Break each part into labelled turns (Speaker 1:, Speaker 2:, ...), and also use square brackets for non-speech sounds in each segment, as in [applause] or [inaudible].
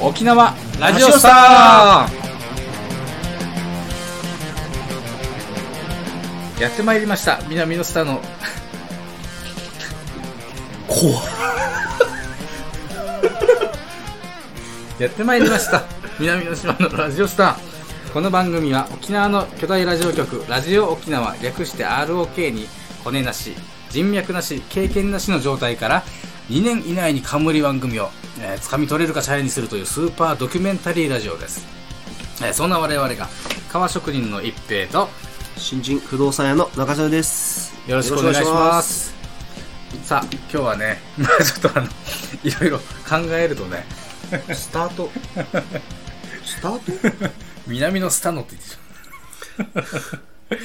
Speaker 1: 沖縄ラ
Speaker 2: ラ
Speaker 1: ジ
Speaker 2: ジ
Speaker 1: オ
Speaker 2: オ
Speaker 1: ス
Speaker 2: ス
Speaker 1: タ
Speaker 2: タ
Speaker 1: ーやってまいりました南のスターの
Speaker 2: 怖
Speaker 1: やってまいりました [laughs] 南の島のラジオスターこの番組は沖縄の巨大ラジオ局ラジオ沖縄略して ROK に骨なし人脈なし経験なしの状態から2年以内に冠番組を、えー、掴み取れるかチャレンジするというスーパードキュメンタリーラジオです、えーそんな我々が革職人の一平と
Speaker 2: 新人不動産屋の中条です
Speaker 1: よろしくお願いします。さあ、今日はね、 [laughs] まあちょっとあの、いろいろ考えるとね、
Speaker 2: スタートスター
Speaker 1: [laughs]
Speaker 2: ト
Speaker 1: 南のスタノって言ってた。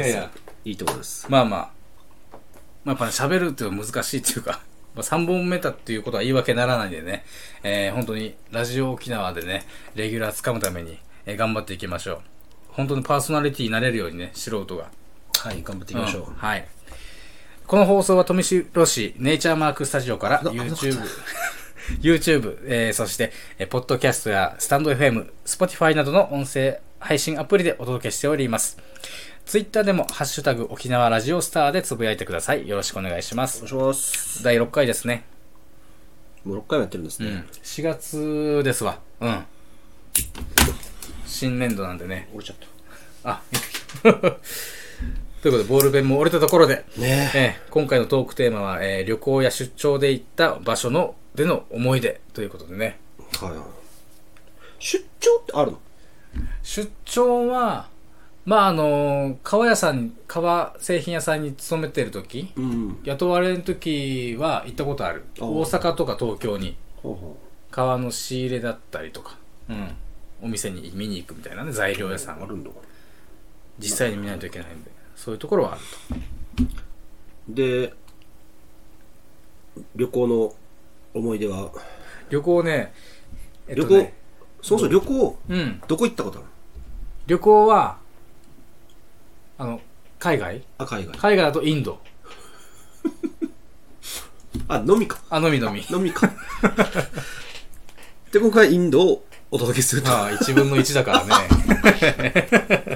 Speaker 1: いやいや、
Speaker 2: いいとこです
Speaker 1: まあまあ、まあ、やっぱね、喋るっていうのは難しいっていうか、まあ、3本目だっていうことは言い訳ならないんでね、えー本当にラジオ沖縄でね、レギュラー掴むために、えー頑張っていきましょう。本当にパーソナリティになれるようにね、素人が。
Speaker 2: はい頑張っていきましょう、
Speaker 1: んはい。この放送は富城市ネイチャーマークスタジオから
Speaker 2: 危なかった
Speaker 1: YouTube、YouTube、えーそして、えーポッドキャストやスタンド FM、Spotify などの音声配信アプリでお届けしております。Twitter でも、ハッシュタグ沖縄ラジオスターでつぶやいてください。よろしくお願いします
Speaker 2: お。願いします
Speaker 1: 第6回ですね。
Speaker 2: もう6回もやってるんですね、
Speaker 1: うん。4月ですわ。うん。新年度なんでね。
Speaker 2: 折れちゃった
Speaker 1: あ、 [laughs] ということで、ボールペンも折れたところで、
Speaker 2: ねえ
Speaker 1: ええ今回のトークテーマは、えー旅行や出張で行った場所のでの思い出ということでね
Speaker 2: はい出張ってあるの
Speaker 1: 出張はまああの革屋さん革製品屋さんに勤めてる時
Speaker 2: うん
Speaker 1: 雇われの時は行ったことある
Speaker 2: あ
Speaker 1: 大阪とか東京に
Speaker 2: ほうほ
Speaker 1: 革の仕入れだったりとか、うん、お店に見に行くみたいなね材料屋さん
Speaker 2: うあ
Speaker 1: は
Speaker 2: るんだ
Speaker 1: 実際に見ないといけないんでそういうところはあると
Speaker 2: で旅行の思い出は、
Speaker 1: 旅行ね,、えっと
Speaker 2: 旅
Speaker 1: ね
Speaker 2: 行そもそも旅行
Speaker 1: うん
Speaker 2: どこ行ったことあるの
Speaker 1: 旅行はあの海外
Speaker 2: あ海外
Speaker 1: 海外だとインド
Speaker 2: あ飲みか
Speaker 1: あのみのみ
Speaker 2: 飲み [laughs] かで今回インドをお届けすると
Speaker 1: まあ1分の1だからね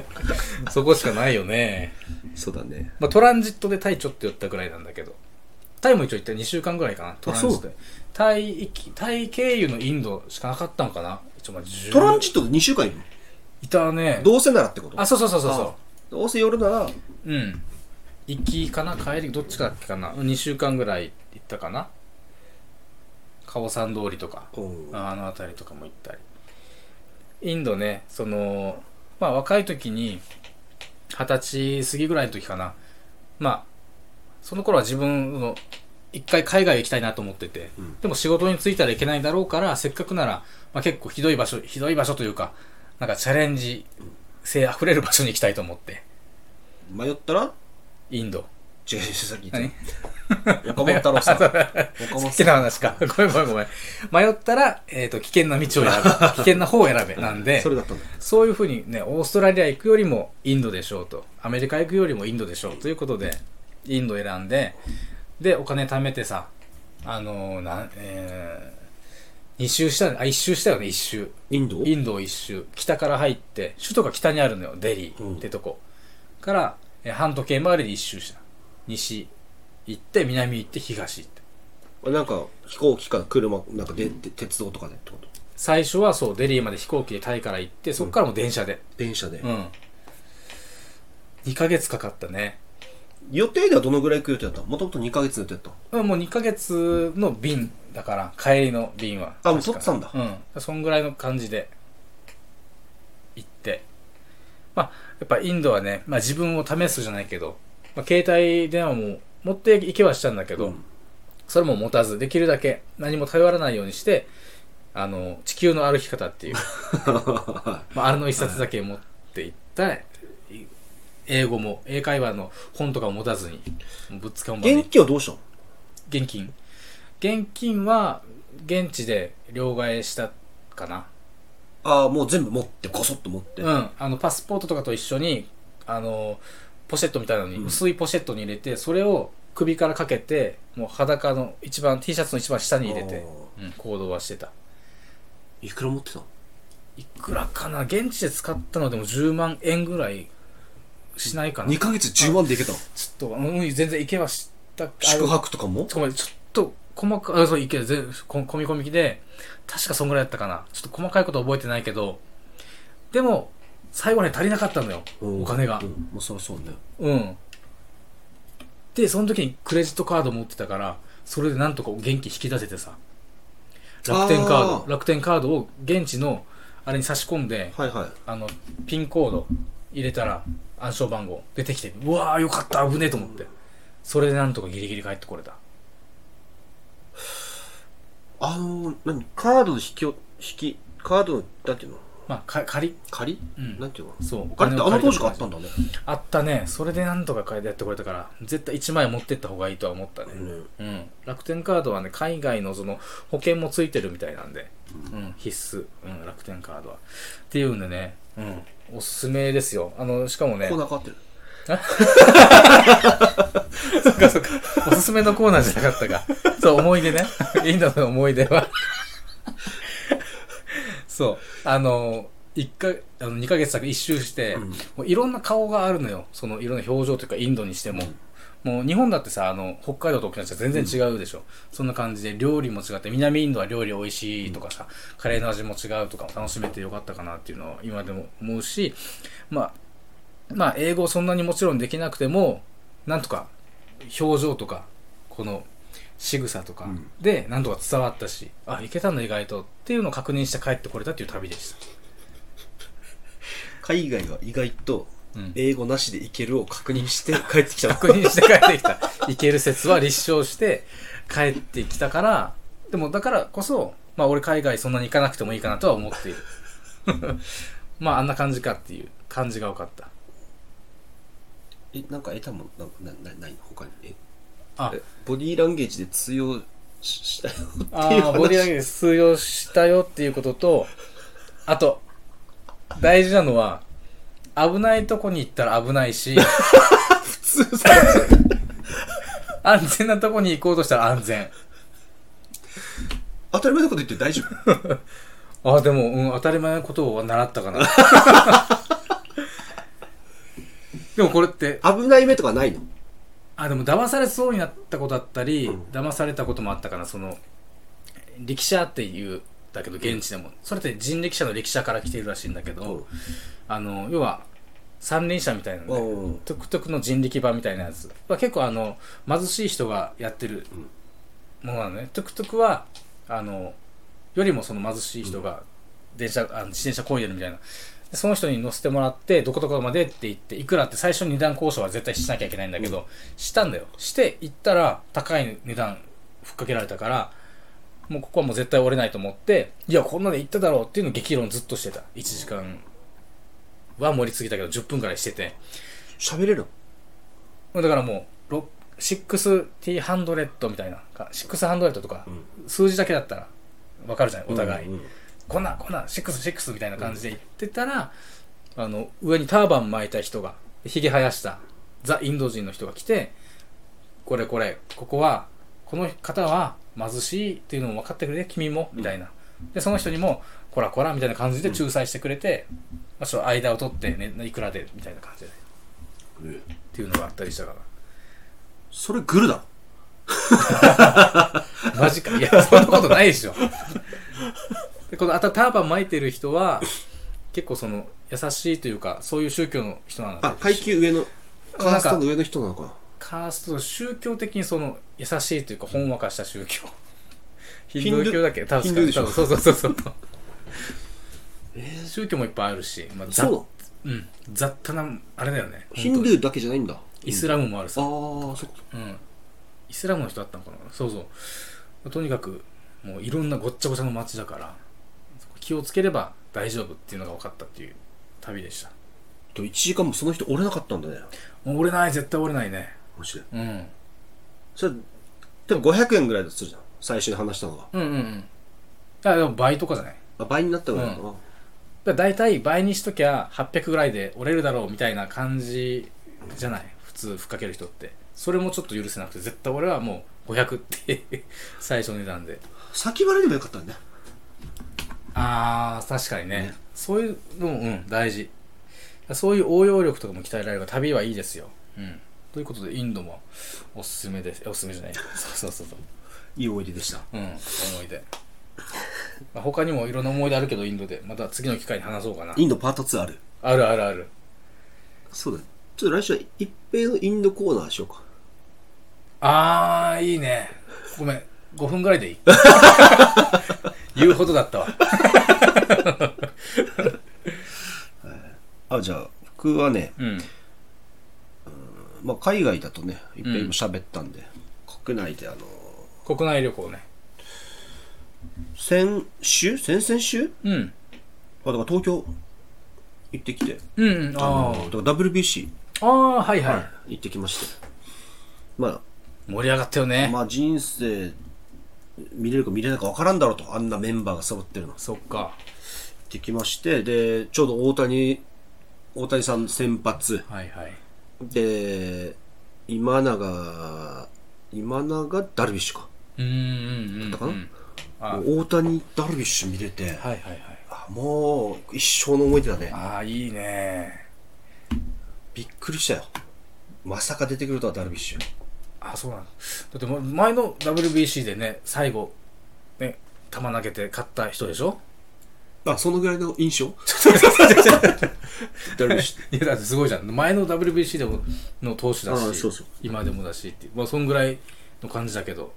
Speaker 1: [laughs] そこしかないよね、
Speaker 2: そうだね
Speaker 1: まあ、トランジットでタイちょっと寄ったぐらいなんだけどタイも一応行って2週間ぐらいかなトランジットでタイ行きタイ経由のインドしかなかったのかなちょまあ10
Speaker 2: トランジットで2週間いるの
Speaker 1: いたね
Speaker 2: どうせならってこと
Speaker 1: あそうそうそうそうそ
Speaker 2: どうせ夜なら
Speaker 1: ううん行きかな帰りどっちかだっけかな2週間ぐらい行ったかなカオさん通りとか
Speaker 2: うん
Speaker 1: ああの辺りとかも行ったりインドねそのまあ若い時に二十歳過ぎぐらいの時かなまあその頃は自分の一回海外行きたいなと思ってて、
Speaker 2: うん
Speaker 1: でも仕事に就いたらいけないだろうからせっかくなら、まあ、結構ひどい場所ひどい場所というかなんかチャレンジ性あふれる場所に行きたいと思って
Speaker 2: 迷ったら
Speaker 1: イ
Speaker 2: [laughs]
Speaker 1: ンド
Speaker 2: 違う違うさっき言
Speaker 1: 何
Speaker 2: った岡本太
Speaker 1: [laughs]
Speaker 2: 郎さん岡
Speaker 1: 好
Speaker 2: 本
Speaker 1: き
Speaker 2: さん
Speaker 1: な話かごめんごめんごめん迷ったら、えっと危険な道を選べ危険な方を選べなんで
Speaker 2: [laughs] それだったんだ
Speaker 1: そういうふうにね、オーストラリア行くよりもインドでしょうと、アメリカ行くよりもインドでしょうということで、インド選んで、で、お金貯めてさ、あのーなん、えー、2周した、あ、1周したよね、1周。
Speaker 2: インド
Speaker 1: インドを1周。北から入って、首都が北にあるのよ、デリ
Speaker 2: うん
Speaker 1: ーってとこ。から、えー半時計回りで1周した。西行って、南行って、東行って。
Speaker 2: なんか飛行機か車なんかでて鉄道とかでってこと
Speaker 1: 最初はそう、デリーまで飛行機でタイから行って、そこからも電車で。
Speaker 2: 電車で
Speaker 1: うん。2ヶ月かかったね。
Speaker 2: 予定ではどのぐらい行く予定だったもともと2ヶ月の予定だった
Speaker 1: うんもう2ヶ月の便だから、帰りの便は。
Speaker 2: あもう
Speaker 1: 確か
Speaker 2: 取ってたんだ
Speaker 1: うん。そんぐらいの感じで、行って。まあ、やっぱインドはね、まあ自分を試すじゃないけど、まあ携帯電話も持っていけはしたんだけど、
Speaker 2: うん
Speaker 1: それも持たず、できるだけ何も頼らないようにして、あの、地球の歩き方って
Speaker 2: [laughs]
Speaker 1: いう、まあ、あれの一冊だけ持って行った、い英語も、英会話の本とかも持たずに、ぶっつかもばに
Speaker 2: 現金はどうしたの
Speaker 1: 現金現金は現地で両替したかな
Speaker 2: ああもう全部持ってこそっと持って
Speaker 1: うんあのパスポートとかと一緒にあのポシェットみたいなのに、
Speaker 2: うん
Speaker 1: 薄いポシェットに入れてそれを首からかけてもう裸の一番 T シャツの一番下に入れて
Speaker 2: あ、
Speaker 1: うん、行動はしてた
Speaker 2: いくら持ってたの
Speaker 1: いくらかな現地で使ったのでも10万円ぐらいしないかな
Speaker 2: ?2 ヶ月10万でいけたの
Speaker 1: ちょっと、うん、全然行けはしたあ
Speaker 2: 宿泊とかも
Speaker 1: ちょごめんちょっと細かい、あそう、いけ、ぜこ込み込みで、確かそんぐらいだったかな。ちょっと細かいことは覚えてないけど、でも、最後に足りなかったのよ、
Speaker 2: うん
Speaker 1: お金が
Speaker 2: うん。まあそりゃそうね。
Speaker 1: うん。で、その時にクレジットカード持ってたから、それでなんとか現金引き出せてさ、楽天カー
Speaker 2: あ
Speaker 1: ド、楽天カードを現地の、あれに差し込んで、
Speaker 2: はいはい。
Speaker 1: あの、ピンコード入れたら、暗証番号出てきて、うわーよかった、危ねえと思って。それでなんとかギリギリ帰ってこれた。
Speaker 2: あのー、何カードの引きを、引き、カードの、なんていうの
Speaker 1: まあ、か借り
Speaker 2: 借り、
Speaker 1: うん
Speaker 2: なんていうの
Speaker 1: そう、お
Speaker 2: あれってあ
Speaker 1: を
Speaker 2: の
Speaker 1: 借り
Speaker 2: 当
Speaker 1: て
Speaker 2: 時からあったんだね。
Speaker 1: あったね。それでなんとか買えてやってこれたから、絶対1枚持ってった方がいいとは思ったね。
Speaker 2: うん
Speaker 1: うん。楽天カードはね、海外のその、保険もついてるみたいなんで、うん、必須。うん、楽天カードは。っていうんでね、うん、おすすめですよ。あの、しかもね
Speaker 2: コー、ナー変わってる。
Speaker 1: そっかそっかおすすめのコーナーじゃなかったか。そう、思い出ね。インドの思い出は。そう。あの、一か、あの、二ヶ月作一周して、
Speaker 2: うん
Speaker 1: もういろんな顔があるのよ。その、いろんな表情というか、インドにしても。もう日本だってさ、あの、北海道と沖縄じゃ全然違うでしょ。そんな感じで、料理も違って、南インドは料理美味しいとかさ、カレーの味も違うとかも楽しめてよかったかなっていうのは今でも思うし、まあ、まあ、英語そんなにもちろんできなくても、なんとか表情とか、この仕草とか
Speaker 2: うん
Speaker 1: で、なんとか伝わったし、あ、いけたんだ意外とっていうのを確認して帰ってこれたっていう旅でした。
Speaker 2: 海外は意外と
Speaker 1: うん、
Speaker 2: 英語なしでいけるを確認 [laughs] して帰ってきた。
Speaker 1: 確認して帰ってきた。いける説は立証して帰ってきたから、でもだからこそ、まあ俺海外そんなに行かなくてもいいかなとは思っている。 [laughs] まああんな感じかっていう感じが多かった。
Speaker 2: え、なんか得たもん、なんかななないの他に。え
Speaker 1: あ
Speaker 2: え、ボディーランゲージで通用ししたよっていう
Speaker 1: あ
Speaker 2: 話。
Speaker 1: あ、ボディランゲージで通用したよっていうことと、あと、大事なのは、危ないとこに行ったら危ない [laughs] し、
Speaker 2: 普通さ、
Speaker 1: [laughs] 安全なとこに行こうとしたら安全。
Speaker 2: 当たり前のこと言って大丈夫。
Speaker 1: ああ、でも、うん、当たり前のことを習ったかな。 [laughs] でもこれって、
Speaker 2: 危ない目とかないの
Speaker 1: あ、でも騙されそうになったことだったり、
Speaker 2: うん
Speaker 1: 騙されたこともあったかな、その、力車っていう、だけど現地でも。それって人力車の力車から来ているらしいんだけど、あの、要は、三輪車みたいなね、
Speaker 2: うん。
Speaker 1: トゥクトゥクの人力版みたいなやつは結構あの貧しい人がやってるものなのね、トゥクトゥクはあのよりもその貧しい人が電車、あの自転車こいでるみたいなでその人に乗せてもらってどこどこまでって言っていくらって最初に値段交渉は絶対しなきゃいけないんだけど、したんだよして行ったら高い値段ふっかけられたからもうここはもう絶対折れないと思っていやこんなで行っただろうっていうのを激論ずっとしてた1時間は盛りすぎたけど10分ぐらいしてて
Speaker 2: 喋れる
Speaker 1: だからもうろ 6T100 みたいなか600とか、
Speaker 2: う
Speaker 1: 数字だけだったら分かるじゃないお
Speaker 2: お
Speaker 1: 互い、
Speaker 2: うんうん
Speaker 1: こんなんこんなん66みたいな感じで言ってたら、あの上にターバン巻いた人がひげ生やしたザ・インド人の人が来てこれこれここはこの方は貧しいっていうのも分かってくれ君もみたいな、でその人にもこらこらみたいな感じで仲裁してくれて、まあ、その間を取って、ね、いくらでみたいな感じでっ
Speaker 2: ええ
Speaker 1: ていうのがあったりしたから
Speaker 2: それグルだろ。
Speaker 1: マジか。いや、そんなことないでしょ。でこの、あとターバン巻いてる人は、結構その、優しいというか、そういう宗教の人なんだ
Speaker 2: あ
Speaker 1: っ、
Speaker 2: 階級上の、カ
Speaker 1: なんか
Speaker 2: ーストの上の人なのかな。
Speaker 1: カースト、宗教的にその、優しいというか、ほんわかした宗教。ヒ
Speaker 2: ンドゥ
Speaker 1: ンドゥー教だっけ確か
Speaker 2: [laughs] ヒ
Speaker 1: に
Speaker 2: ンドゥーでしょ
Speaker 1: 多分そうそうそうそう。
Speaker 2: え
Speaker 1: 宗教もいっぱいあるし、まあ、
Speaker 2: ー、
Speaker 1: ざ
Speaker 2: そう
Speaker 1: うん。雑多な、あれだよね。
Speaker 2: ヒンド
Speaker 1: ー
Speaker 2: ゥーだけじゃないんだ。
Speaker 1: イスラムもある
Speaker 2: あ
Speaker 1: さ。
Speaker 2: ー、そっか。
Speaker 1: うん。イスラムの人だったのかなそうそう。とにかく、もういろんなごっちゃごちゃの街だから、そこ気をつければ大丈夫っていうのが分かったっていう旅でした。
Speaker 2: と1時間もその人折れなかったんだね。
Speaker 1: もう折れない、絶対折れないね。
Speaker 2: 面白い。
Speaker 1: うん。
Speaker 2: それ、多分500円ぐらいだとするじゃん。最初に話したのが。
Speaker 1: うんうんうん。だからでも倍とかじゃない。
Speaker 2: あ倍になったぐらいかな。
Speaker 1: だから大体倍にしときゃ800ぐらいで折れるだろうみたいな感じじゃない普通ふっかける人って。それもちょっと許せなくて、絶対俺はもう500って最初の値段で。
Speaker 2: 先払いでもよかったんだね。
Speaker 1: あああ確かにね
Speaker 2: ね
Speaker 1: そういうのも、うん、大事そういう応用力とかも鍛えられるから旅はいいですよ、うん、ということでインドもおすすめですえおすすめじゃ [laughs] ないそうそうそうそう
Speaker 2: いい思い出でした。
Speaker 1: うん思い出まあ他にもいろんな思い出あるけどインドでまた次の機会に話そうかな
Speaker 2: インドパート2ある。
Speaker 1: あるあるある
Speaker 2: そうだ。ちょっと来週は一平のインドコーナーしようか。
Speaker 1: あーいいねごめん5分ぐらい [laughs] でいい言うほどだったわ
Speaker 2: あ、じゃあ、僕はね、
Speaker 1: うん
Speaker 2: まあ、海外だとね、一平も喋ったんで、国内であの、
Speaker 1: 国内旅行ね
Speaker 2: 先週先々週
Speaker 1: うん
Speaker 2: あ、だから東京行ってきて、
Speaker 1: うんうん
Speaker 2: あ
Speaker 1: あ
Speaker 2: のだから WBC
Speaker 1: あああーはいはい、
Speaker 2: 行ってきまして、ま
Speaker 1: 盛り上がったよ
Speaker 2: あ、
Speaker 1: ね、
Speaker 2: まあ人生見れるか見れないか分からんだろうと、あんなメンバーが揃ってるの。
Speaker 1: そっか
Speaker 2: 行ってきまして、で、ちょうど大谷、大谷さん先発、
Speaker 1: はいはい
Speaker 2: で、今永、今永ダルビッシュか。
Speaker 1: うーんうんうんうん
Speaker 2: だったかな
Speaker 1: あはい
Speaker 2: 大谷ダルビッシュ見れて、
Speaker 1: はいはい
Speaker 2: あもう一生の思い出だね。
Speaker 1: ああいいね
Speaker 2: びっくりしたよ。まさか出てくるとはダルビッシュ。
Speaker 1: あそうなんだだってもう前の WBC でね最後ね球投げて勝った人でしょ
Speaker 2: あ、そのぐらいの印象ダルビッシ
Speaker 1: [laughs]
Speaker 2: ュ。
Speaker 1: いやだってすごいじゃん前の WBC でもの投手だ
Speaker 2: あー
Speaker 1: し
Speaker 2: そうそう
Speaker 1: 今でもだしっていうまあそんぐらいの感じだけど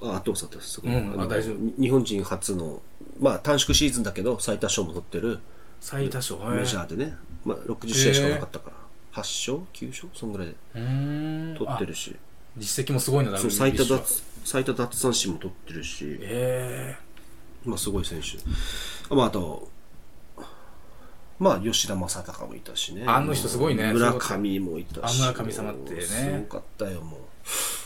Speaker 2: あ、あってます、あってます。
Speaker 1: うん
Speaker 2: あの
Speaker 1: あ大丈夫
Speaker 2: に日本人初の、まあ短縮シーズンだけど、最多勝も取ってる
Speaker 1: 最多勝
Speaker 2: メジ
Speaker 1: ー
Speaker 2: ャーでね、まあ60試合しかなかったから、8勝 ?9 勝そんぐらいで
Speaker 1: うーん
Speaker 2: 取って
Speaker 1: あ
Speaker 2: るし、
Speaker 1: 実績もすごいんだ
Speaker 2: そう最多
Speaker 1: WBC は
Speaker 2: 奪、最多奪三振も取ってるし、
Speaker 1: え
Speaker 2: まあすごい選手。あまああと、まあ吉田正尚もいたしね。
Speaker 1: あの人すごいね
Speaker 2: 村上もいたし。
Speaker 1: あ村上様ってね
Speaker 2: すごかったよ、もう。
Speaker 1: え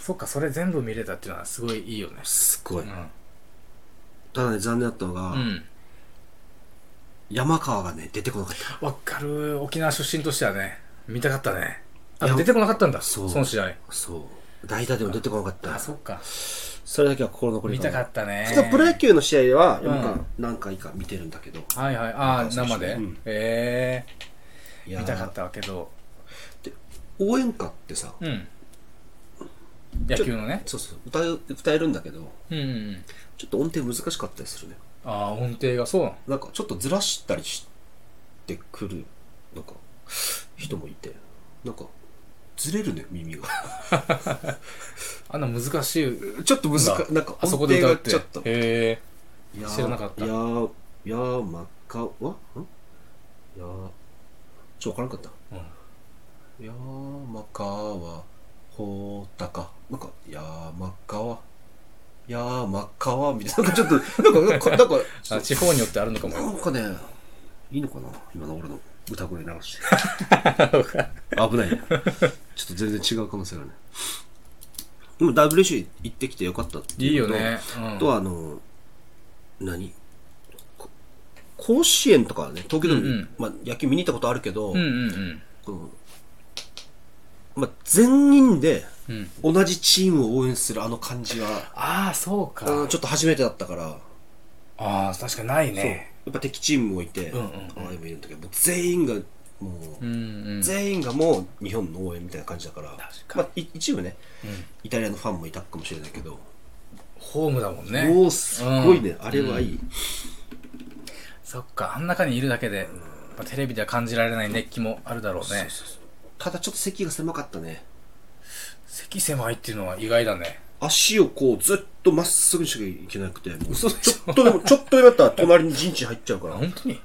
Speaker 1: そっかそれ全部見れたっていうのはすごいいいよね
Speaker 2: すごい。
Speaker 1: うん
Speaker 2: ただね、残念だったのが、
Speaker 1: うん
Speaker 2: 山川がね、出てこなかった。
Speaker 1: わかる沖縄出身としてはね見たかったねあ
Speaker 2: いや
Speaker 1: 出てこなかったんだ
Speaker 2: そ
Speaker 1: そうの試合
Speaker 2: そう。代打でも出てこなかった
Speaker 1: あ。そっか
Speaker 2: それだけは心残り
Speaker 1: 見たか
Speaker 2: た。
Speaker 1: ったね
Speaker 2: ただプロ野球の試合では、
Speaker 1: ん
Speaker 2: 山川何回か見てるんだけど、
Speaker 1: はいはいああ
Speaker 2: そうそう
Speaker 1: 生で、
Speaker 2: うん
Speaker 1: え
Speaker 2: い
Speaker 1: え
Speaker 2: やー
Speaker 1: 見たかったけど
Speaker 2: 応援歌ってさ、
Speaker 1: うん野球のね
Speaker 2: そうそう、歌う歌えるんだけど、
Speaker 1: うんうんうん
Speaker 2: ちょっと音程難しかったりするね。
Speaker 1: ああ音程がそうなの
Speaker 2: なんかちょっとずらしたりしてくる、なんか、人もいて、なんか、ずれるね、耳が。
Speaker 1: あんな難しい
Speaker 2: ちょっと難し
Speaker 1: なんだ
Speaker 2: なんか
Speaker 1: あ
Speaker 2: 音
Speaker 1: そこ
Speaker 2: 程
Speaker 1: で歌う
Speaker 2: が
Speaker 1: って
Speaker 2: ちょっと。
Speaker 1: へえ
Speaker 2: いやー
Speaker 1: 知らなかった
Speaker 2: いやー、いやー、まかわんいやー、ちょ、わからんかった。
Speaker 1: うん
Speaker 2: いやー、まかわ、ほーたか。なんか、いやー、まかわ、いやー、まかわ、みたいな。なんかちょっと、なんか、なんか、なんか、ちょ
Speaker 1: あ
Speaker 2: っ
Speaker 1: 地方によってあるのかも
Speaker 2: と
Speaker 1: よ
Speaker 2: なんかね、いいのかな今の俺の歌声流して。
Speaker 1: [laughs]
Speaker 2: 危ないね。ちょっと全然違う可能性があるね。でも WC 行ってきてよかったって
Speaker 1: いい
Speaker 2: いう
Speaker 1: よ
Speaker 2: のと
Speaker 1: ね、う
Speaker 2: あ
Speaker 1: ん、
Speaker 2: とはあの、何こ甲子園とかはね、東京でも、
Speaker 1: うんうん
Speaker 2: まあ、野球見に行ったことあるけど、
Speaker 1: うんうんうん
Speaker 2: このまあ、全員で
Speaker 1: うん
Speaker 2: 同じチームを応援するあの感じは、
Speaker 1: ああそうか
Speaker 2: あのちょっと初めてだったから、
Speaker 1: ああ確かにない
Speaker 2: そうや
Speaker 1: ね
Speaker 2: っぱ敵チームもいて、
Speaker 1: うんうんうん
Speaker 2: ああでもいるんだけど、もう全員がもう、
Speaker 1: うんうん
Speaker 2: 全員がもう日本の応援みたいな感じだから、
Speaker 1: 確か
Speaker 2: ま
Speaker 1: に
Speaker 2: あ、い一部ね、
Speaker 1: うん
Speaker 2: イタリアのファンもいたかもしれないけど、
Speaker 1: ホームだもんね
Speaker 2: おおすごいね、あれはいい。
Speaker 1: そっか、あん中にいるだけで、まあ、テレビでは感じられない熱気もあるだろう
Speaker 2: そう
Speaker 1: ね。
Speaker 2: そうそうただちょっと席が狭かったね。
Speaker 1: 席狭いっていうのは意外だね。
Speaker 2: 足をこうずっとまっすぐにしかいけなくて、もうち
Speaker 1: 嘘
Speaker 2: ょ
Speaker 1: でしょ
Speaker 2: っと
Speaker 1: [laughs]
Speaker 2: でも、ちょっとでもやったら隣に陣地入っちゃうから、
Speaker 1: 本当に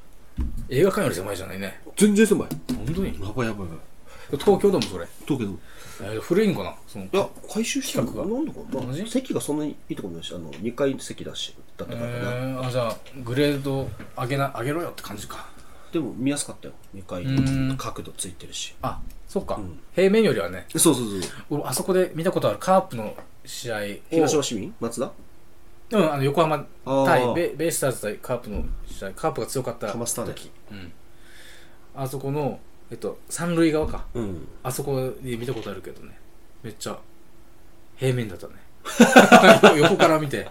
Speaker 1: 映画館より狭いじゃないね。
Speaker 2: 全然狭い。
Speaker 1: 本当に
Speaker 2: やばいやばいやばい。
Speaker 1: 東京ドームそれ。
Speaker 2: 東京の。
Speaker 1: えー古いんかなその
Speaker 2: いや、回収したの
Speaker 1: 企画が
Speaker 2: なんだかな、ま
Speaker 1: 同
Speaker 2: あ
Speaker 1: じ
Speaker 2: 席がそんなにいいとこないし、あの、2階席だし、だった
Speaker 1: え
Speaker 2: からかな。
Speaker 1: ー、あじゃあ、グレード上げな、上げろよって感じか。
Speaker 2: でも見やすかったよ。2階
Speaker 1: うん
Speaker 2: 角度ついてるし。
Speaker 1: あ、そっか、平面よりはね、
Speaker 2: そうそうそう。
Speaker 1: 俺あそこで見たことあるカープの試合を
Speaker 2: 東和市民松田
Speaker 1: うん、あの横浜
Speaker 2: あ
Speaker 1: 対
Speaker 2: ー
Speaker 1: ベベイスターズ対カープの試合、カープが強かった
Speaker 2: ハマスターね
Speaker 1: 時、うん、あそこの、えっと、三塁側か、
Speaker 2: うん。
Speaker 1: あそこに見たことあるけどねめっちゃ平面だ [laughs] ったね横から見て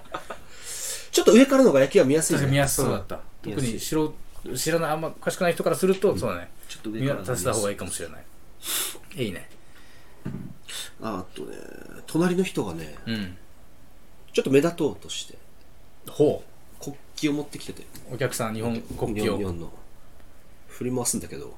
Speaker 2: ちょっと上からの方が野球は見やすい、
Speaker 1: 確か
Speaker 2: ね。
Speaker 1: に見やすそうだった、特に知ろう知らないあんま詳しくない人からすると、そうだね
Speaker 2: ちょっと
Speaker 1: 見
Speaker 2: 上から
Speaker 1: 渡せた方がいいかもしれないいいね
Speaker 2: ああとね、隣の人がね、
Speaker 1: うん
Speaker 2: ちょっと目立とうとして、
Speaker 1: ほ
Speaker 2: 国旗を持ってきてて、
Speaker 1: うお客さん日本国
Speaker 2: 日
Speaker 1: 旗
Speaker 2: 本日
Speaker 1: を
Speaker 2: 本の。振り回すんだけど、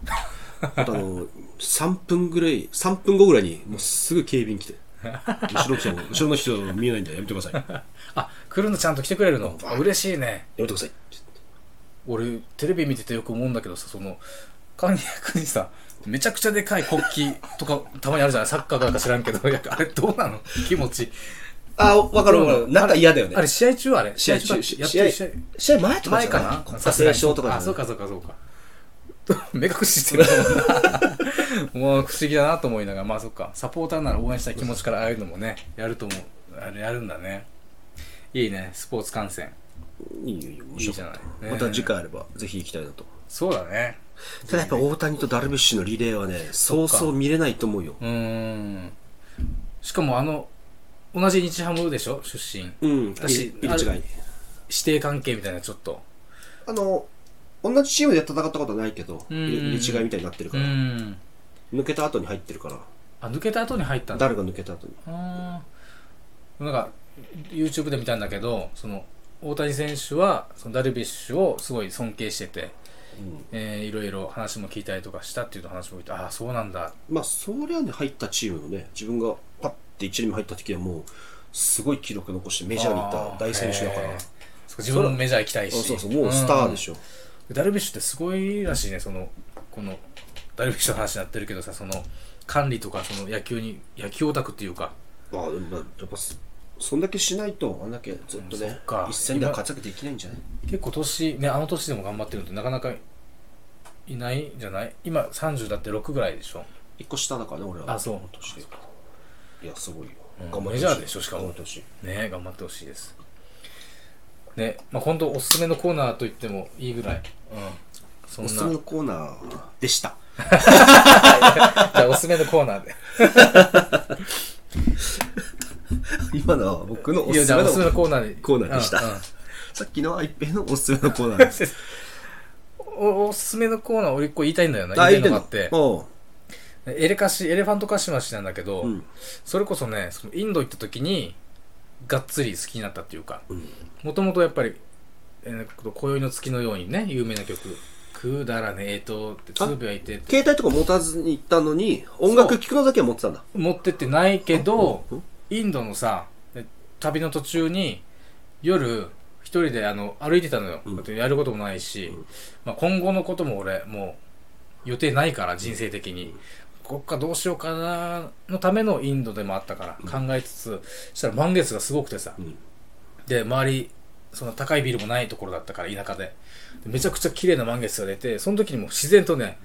Speaker 2: あとあの、3分ぐらい、3分後ぐらいに、もうすぐ警備員来て、後ろの人も、後ろの人見えないんでやめてください。や
Speaker 1: あ来るのちゃんと来てくれるのあ嬉しいね
Speaker 2: め
Speaker 1: [laughs]
Speaker 2: てください。
Speaker 1: 俺テレビ見ててよく思うんだけどさそのこんにゃくにさめちゃくちゃでかい国旗とかたまにあるじゃないサッカーかなんか知らんけどいやあれどうなの気持ち
Speaker 2: あ、わかるわかる。なんか嫌だよね
Speaker 1: あ。れ試合中あれ
Speaker 2: 試合中、
Speaker 1: やってる試
Speaker 2: 試
Speaker 1: 合
Speaker 2: 合、試合前とか
Speaker 1: 前
Speaker 2: じゃ
Speaker 1: か
Speaker 2: ない
Speaker 1: な
Speaker 2: 国歌斉唱とかじゃない
Speaker 1: あそうかそうかそうか [laughs] 目隠ししてるもんな [laughs] もう不思議だなと思いながらまあそっかサポーターなら応援したい気持ちからああいうのもねやると思うあれやるんだねいいねスポーツ観戦
Speaker 2: いいよいいよ、面白かった
Speaker 1: いいじゃない
Speaker 2: また次回あれば、ぜひ行きたいなと。
Speaker 1: そうだね
Speaker 2: ただやっぱ大谷とダルビッシュのリレーはね、そうそう見れないと思うよ。
Speaker 1: うーんしかもあの同じ日ハムでしょ出身
Speaker 2: うん、
Speaker 1: 私
Speaker 2: 入れ違い。
Speaker 1: 師弟関係みたいなちょっと
Speaker 2: あの、同じチームで戦ったことはないけど、
Speaker 1: うん
Speaker 2: 入れ違いみたいになってる
Speaker 1: う
Speaker 2: から、
Speaker 1: ん
Speaker 2: 抜けた後に入ってるから、
Speaker 1: あ抜けた後に入ったんだ
Speaker 2: 誰が抜けた後に。
Speaker 1: あーなんか YouTube で見たんだけどその大谷選手はそのダルビッシュをすごい尊敬してて、えーいろいろ話も聞いたりとかしたっていう話も聞いてああそうなんだ
Speaker 2: まあ、そりゃね、入ったチームのね、自分がパッて1チーム入った時はもう、すごい記録残してメジャーに行った大選手だか
Speaker 1: あ
Speaker 2: ら、
Speaker 1: ーへー
Speaker 2: あ
Speaker 1: そう自分もメジャー行きたいし
Speaker 2: そうそう、もうスターでしょ。
Speaker 1: ダルビッシュってすごいらしいねそのこのダルビッシュの話になってるけどさその管理とかその野球に野球オタクっていうか
Speaker 2: まあ、でもまあやっぱそ、そんだけしないと、あんだけずっと
Speaker 1: うんそ
Speaker 2: ね
Speaker 1: っか、
Speaker 2: 一戦では活躍できないんじゃない
Speaker 1: 結構年ねあの年でも頑張ってるのってなかなかいないんじゃない今30だって6ぐらいでしょ
Speaker 2: 一個下だからね、俺は。
Speaker 1: あそう
Speaker 2: 年でいや、すごい
Speaker 1: う
Speaker 2: よ。
Speaker 1: ん
Speaker 2: 頑張ってほ
Speaker 1: メジャーでしょしかも
Speaker 2: 頑張ってほしい。
Speaker 1: ね頑張ってほしいですねまあ本当おすすめのコーナーと言ってもいいぐらい、うん、そんな
Speaker 2: おすすめのコーナーでした。
Speaker 1: じゃあおすすめのコーナーで
Speaker 2: 今のは僕のお
Speaker 1: いや
Speaker 2: す
Speaker 1: じ
Speaker 2: す
Speaker 1: ゃあ
Speaker 2: め
Speaker 1: おすすめの
Speaker 2: の
Speaker 1: コーナーで
Speaker 2: コーナーでした
Speaker 1: うんうん。
Speaker 2: さっきのは一平のおすすめのコー
Speaker 1: [laughs]
Speaker 2: ナーです。
Speaker 1: おおすすめのコーナー俺一個言いたいんだよな
Speaker 2: あ
Speaker 1: 言いたいのがあって
Speaker 2: おう
Speaker 1: エレカシエレファントカシマシなんだけど、
Speaker 2: うん。
Speaker 1: それこそねそのインド行った時にがっつり好きになったっていうか
Speaker 2: うん
Speaker 1: もともとやっぱり、えー、今宵の月のようにね有名な曲「くだらねえと」って
Speaker 2: あ
Speaker 1: つぶやいてって
Speaker 2: 携帯とか持たずに行ったのに、音楽聴くのだけは持ってたんだ。
Speaker 1: 持ってってないけど
Speaker 2: うん
Speaker 1: インドのさで旅の途中に夜一人であの歩いてたのよ、
Speaker 2: うん
Speaker 1: だってやることもないし、
Speaker 2: ん
Speaker 1: まあ、今後のことも俺もう予定ないから人生的に、こっからどうしようかなのためのインドでもあったから考えつつ、したら満月がすごくてさ、
Speaker 2: うん
Speaker 1: で周りその高いビルもないところだったから田舎ででめちゃくちゃ綺麗な満月が出てその時にも自然とね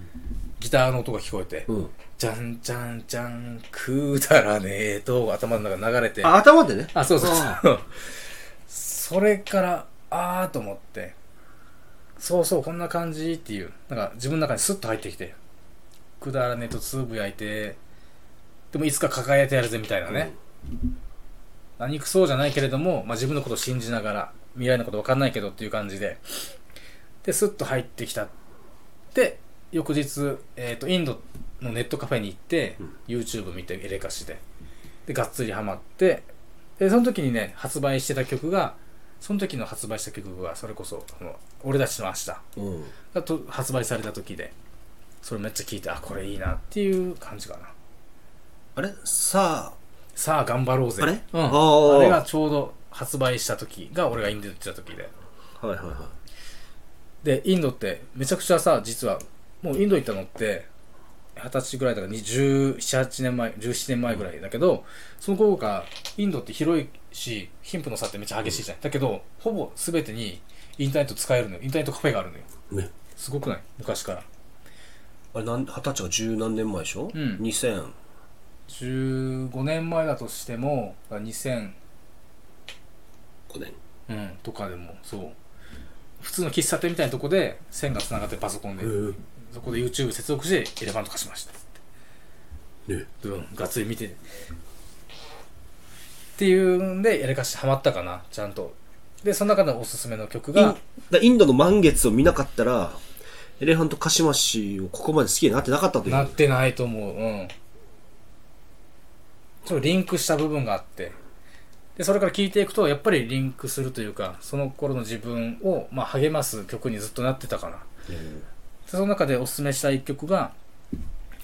Speaker 1: ギターの音が聞こえて、
Speaker 2: うん。
Speaker 1: じゃんじゃんじゃん、くだらねえと、頭の中流れて。
Speaker 2: あ、
Speaker 1: あ、
Speaker 2: 頭でね。
Speaker 1: そうそうそう。それから、あーと思って、そうそう、こんな感じっていう、なんか自分の中にスッと入ってきて、くだらねえとつぶやいて、でもいつか抱えてやるぜみたいなね。何くそうじゃないけれども、まあ、自分のことを信じながら、未来のこと分かんないけどっていう感じで、で、スッと入ってきた。で、翌日、えっ、と、インドのネットカフェに行って、YouTube 見て、エレカシで。で、がっつりハマって、で、その時にね、発売してた曲が、その時の発売した曲が、それこそ、この俺たちの明日
Speaker 2: うん。
Speaker 1: がと発売された時で、それめっちゃ聞いて、あ、これいいなっていう感じかな。
Speaker 2: あれさあ、
Speaker 1: さあ頑張ろうぜ。
Speaker 2: あれ
Speaker 1: うん、
Speaker 2: あ
Speaker 1: あ
Speaker 2: ー
Speaker 1: れがちょうど発売した時が、俺がインド行ってた時で。
Speaker 2: はいはいは
Speaker 1: で、インドって、めちゃくちゃさ、実は、もうインド行ったのって、二十歳ぐらいだから、に17、8年前、17年前ぐらいだけど、その頃から、インドって広いし、貧富の差ってめっちゃ激しいじゃん。だけど、ほぼ全てにインターネット使えるのよ。インターネットカフェがあるのよ。
Speaker 2: い。ね。
Speaker 1: すごくない昔から。
Speaker 2: あれ、なん二十歳が十何年前でしょ
Speaker 1: うん
Speaker 2: 二千。
Speaker 1: 15年前だとしても、だから2000、
Speaker 2: 5年
Speaker 1: うん、とかでもそう普通の喫茶店みたいなとこで線がつながってパソコンで、そこで YouTube 接続してエレファント化しました
Speaker 2: ね
Speaker 1: うんがっつり見てっていうんでエレカシハマったかなちゃんとで、その中でおすすめの曲
Speaker 2: イン
Speaker 1: が、
Speaker 2: だインドの満月を見なかったら、エレファントカシマシをここまで好きになってなかったとい
Speaker 1: なっ
Speaker 2: う。
Speaker 1: てないと思う。うん。ちょっとリンクした部分があって。で、それから聴いていくと、やっぱりリンクするというか、その頃の自分を、まあ、励ます曲にずっとなってたから。でその中でおすすめした一曲が、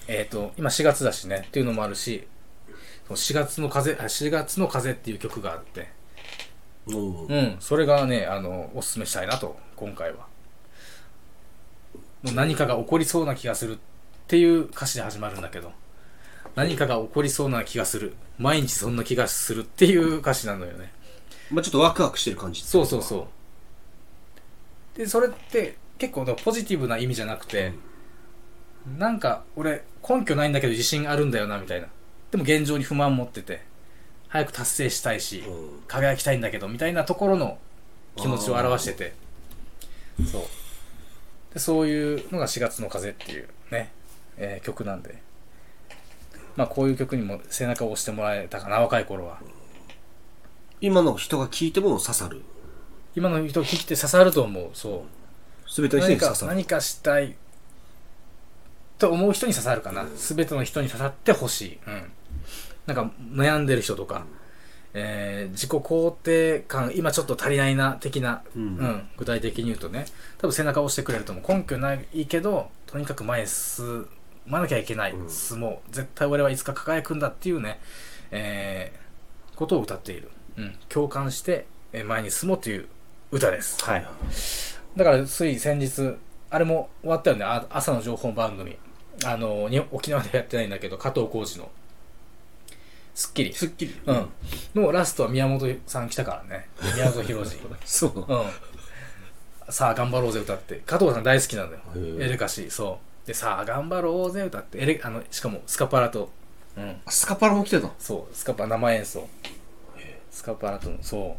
Speaker 1: えっ、と、今4月だしね、っていうのもあるし、その4月の風、あ4月の風っていう曲があって、
Speaker 2: うん
Speaker 1: うん、それがね、あの、おすすめしたいなと、今回は。もう何かが起こりそうな気がするっていう歌詞で始まるんだけど、何かが起こりそうな気がする。毎日そんな気がするっていう歌詞なのよね。
Speaker 2: まあちょっとワクワクしてる感じ。
Speaker 1: そうそうそう。で、それって結構ポジティブな意味じゃなくて、なんか俺根拠ないんだけど自信あるんだよなみたいな。でも現状に不満持ってて、早く達成したいし、
Speaker 2: うん
Speaker 1: 輝きたいんだけどみたいなところの気持ちを表してて。そう。で、そういうのが4月の風っていうね、えー曲なんで。まあこういう曲にも背中を押してもらえたかな、若い頃は。
Speaker 2: 今の人が聞いても刺さる。
Speaker 1: 今の人を聞いて刺さると思う、そう。
Speaker 2: すべての人
Speaker 1: 何
Speaker 2: に刺
Speaker 1: か
Speaker 2: さる。
Speaker 1: 何かしたいと思う人に刺さるかな、全ての人に刺さってほしい、うん、なんか悩んでる人とか、えー自己肯定感今ちょっと足りないな的な、
Speaker 2: うん
Speaker 1: うん具体的に言うとね多分背中を押してくれると思う根拠ないけどとにかく前へ進まなきゃいけない、
Speaker 2: うん
Speaker 1: 進もう絶対俺はいつか輝くんだっていうね、えーことを歌っている、うん、共感してえー前に進もうという歌です
Speaker 2: はい。
Speaker 1: だからつい先日あれも終わったよねあ朝の情報番組あのに沖縄でやってないんだけど加藤浩次の『スッキリ』
Speaker 2: すっきり。
Speaker 1: うん、のラストは宮本さん来たからね宮本浩
Speaker 2: [laughs]
Speaker 1: 次
Speaker 2: そう。
Speaker 1: うんさあ頑張ろうぜ歌って加藤さん大好きなんだよ
Speaker 2: へー
Speaker 1: エレカシーそうでさあ頑張ろうぜ歌ってエレあのしかもスカパラと、うん、
Speaker 2: あスカパラも来てた。
Speaker 1: そうスカパラ生演奏スカパラとのそ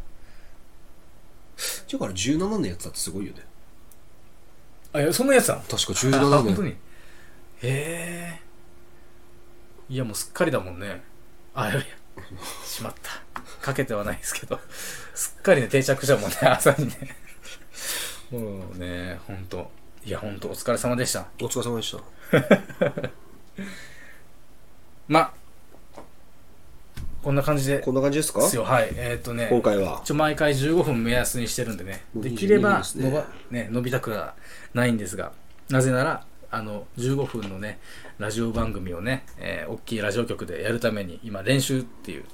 Speaker 1: う
Speaker 2: だから17年やってたってすごいよね。
Speaker 1: あいやそんなやつなの
Speaker 2: 確か
Speaker 1: あ
Speaker 2: 17
Speaker 1: 本当に
Speaker 2: 年。
Speaker 1: へえいやもうすっかりだもんねあいやいやしまったかけてはないですけどすっかりね定着したもんね朝にね [laughs] もうねほんといやほんとお疲れ様でした
Speaker 2: お疲れ様でした。
Speaker 1: まあこんな感じで
Speaker 2: こんな感じですか
Speaker 1: ですよはいえっ、とね
Speaker 2: 今回は。
Speaker 1: 一応毎回15分目安にしてるんでね、
Speaker 2: もう
Speaker 1: できれ
Speaker 2: いい
Speaker 1: ば
Speaker 2: ですね
Speaker 1: 伸ば、ね、伸びたくはないんですが、なぜなら、あの、15分のね、ラジオ番組をね、えー大きいラジオ局でやるために、今練習っていう、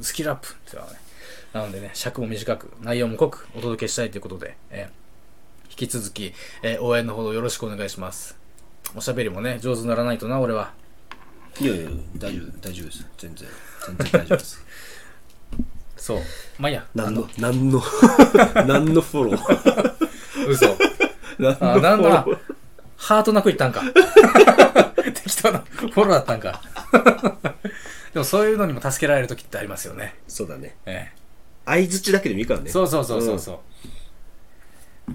Speaker 1: スキルアップっていうのはね、なのでね、尺も短く、内容も濃くお届けしたいということで、えー引き続き、えー応援のほどよろしくお願いします。おしゃべりもね、上手にならないとな、俺は。
Speaker 2: いやいや、大丈夫、大丈夫です。全然。全然大丈夫です。
Speaker 1: そう。まあ、いいや、
Speaker 2: 何の、
Speaker 1: [laughs]
Speaker 2: 何の、何のフォロー。
Speaker 1: 嘘。
Speaker 2: 何 [laughs]
Speaker 1: あ、なん
Speaker 2: の
Speaker 1: だ
Speaker 2: フォロー。。
Speaker 1: ハートなくいったんか。 [laughs] 適当なフォローだったんか。 [laughs] でもそういうのにも助けられる時ってありますよね。
Speaker 2: そうだね。
Speaker 1: え
Speaker 2: 相づちだけでもいいから
Speaker 1: え、
Speaker 2: ね。
Speaker 1: そうそうそうそうそう。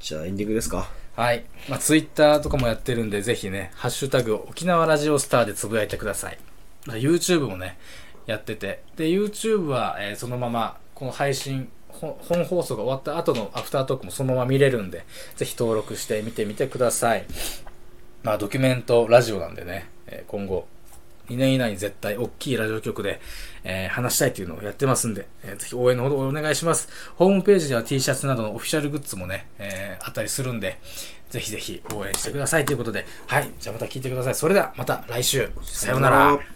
Speaker 2: じゃあエンディングですか。
Speaker 1: はい。まあ、ツイッターとかもやってるんで、ぜひね、ハッシュタグ沖縄ラジオスターでつぶやいてください。まあ YouTube もね、やってて。で、YouTube は、えーそのまま、この配信、ほ本放送が終わった後のアフタートークもそのまま見れるんで、ぜひ登録して見てみてください。まあ、ドキュメントラジオなんでね、えー今後、2年以内に絶対大きいラジオ局で、えー話したいというのをやってますんで、えーぜひ応援のほどお願いします。ホームページでは T シャツなどのオフィシャルグッズもね、えーあったりするんで、ぜひぜひ応援してくださいということで、はい、じゃあまた聞いてください。それではまた来週、さような
Speaker 2: さような
Speaker 1: ら
Speaker 2: ら。